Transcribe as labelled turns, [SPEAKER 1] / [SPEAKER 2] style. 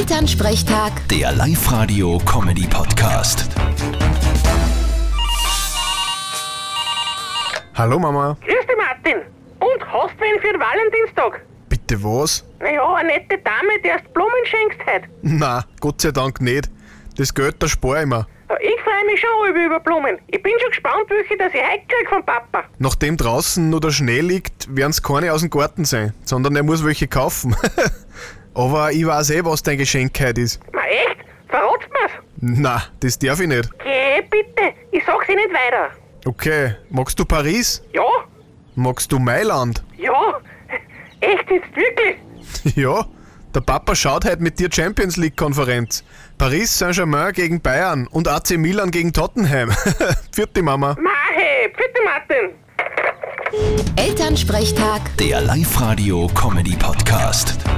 [SPEAKER 1] Elternsprechtag,
[SPEAKER 2] Der Live-Radio-Comedy-Podcast.
[SPEAKER 3] Hallo Mama.
[SPEAKER 4] Grüß dich, Martin. Und hast du wen für den Valentinstag?
[SPEAKER 3] Bitte was?
[SPEAKER 4] Naja, eine nette Dame, die erst Blumen schenkst heute.
[SPEAKER 3] Na, Gott sei Dank nicht. Das Geld, das spare ich mir.
[SPEAKER 4] Ja, Ich freue mich schon über, über Blumen. Ich bin schon gespannt, welche das ich heute krieg von Papa.
[SPEAKER 3] Nachdem draußen nur der Schnee liegt, werden's keine aus dem Garten sein, sondern er muss welche kaufen. Aber ich weiß eh, was dein Geschenk heute ist.
[SPEAKER 4] Ma echt? Verrat's mir's?
[SPEAKER 3] Na, das darf ich nicht.
[SPEAKER 4] Geh bitte, ich sag's ihr nicht weiter.
[SPEAKER 3] Okay, magst du Paris?
[SPEAKER 4] Ja?
[SPEAKER 3] Magst du Mailand?
[SPEAKER 4] Ja? Echt jetzt wirklich?
[SPEAKER 3] ja, der Papa schaut heute mit dir Champions League-Konferenz. Paris Saint-Germain gegen Bayern und AC Milan gegen Tottenham. Vierte Mama.
[SPEAKER 4] Ma hey, bitte Martin.
[SPEAKER 1] Elternsprechtag.
[SPEAKER 2] Der Live-Radio-Comedy-Podcast.